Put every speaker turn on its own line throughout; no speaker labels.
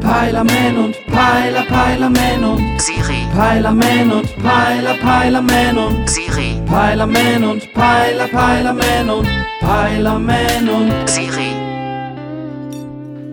Peilerman und Peiler, Peilerman und
Siri,
Peilerman und Peiler, Peilerman und
Siri,
Peilerman und Peiler, Peilerman und Peilerman und
Siri.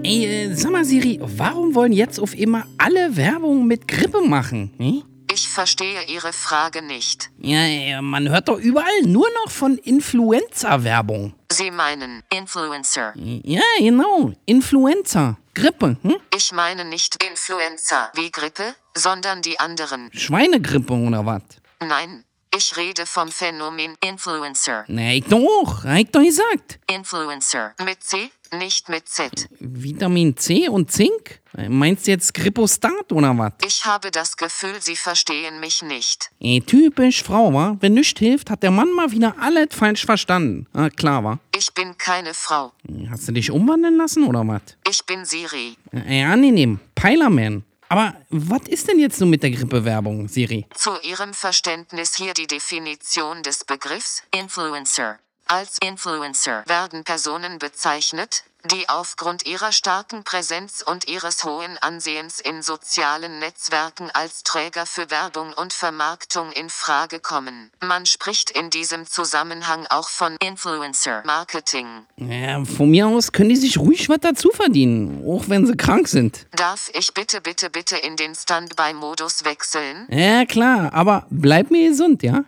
Ey, äh, sag mal, Siri, warum wollen jetzt auf immer alle Werbung mit Grippe machen? Hm?
Ich verstehe Ihre Frage nicht.
Ja, ja, man hört doch überall nur noch von Influenza-Werbung.
Sie meinen Influencer.
Ja, genau. Influenza. Grippe. Hm?
Ich meine nicht Influenza wie Grippe, sondern die anderen.
Schweinegrippe oder was?
Nein, ich rede vom Phänomen Influencer.
Nee, ich doch. Hab ich doch gesagt.
Influencer mit C, nicht mit Z.
Vitamin C und Zink? Äh, Meinst du jetzt Grippostat oder was?
Ich habe das Gefühl, Sie verstehen mich nicht.
Ey, typisch Frau, wa? Wenn nichts hilft, hat der Mann mal wieder alles falsch verstanden. Ah, klar, wa?
Ich bin keine Frau.
Hast du dich umwandeln lassen oder was?
Ich bin Siri.
Äh, ja, nee, nee. Peilerman. Aber was ist denn jetzt nun mit der Grippewerbung, Siri?
Zu Ihrem Verständnis hier die Definition des Begriffs Influencer. Als Influencer werden Personen bezeichnet, die aufgrund ihrer starken Präsenz und ihres hohen Ansehens in sozialen Netzwerken als Träger für Werbung und Vermarktung in Frage kommen. Man spricht in diesem Zusammenhang auch von Influencer Marketing.
Ja, von mir aus können die sich ruhig was dazu verdienen, auch wenn sie krank sind.
Darf ich bitte, bitte, bitte in den Standby-Modus wechseln?
Ja, klar, aber bleib mir gesund, ja?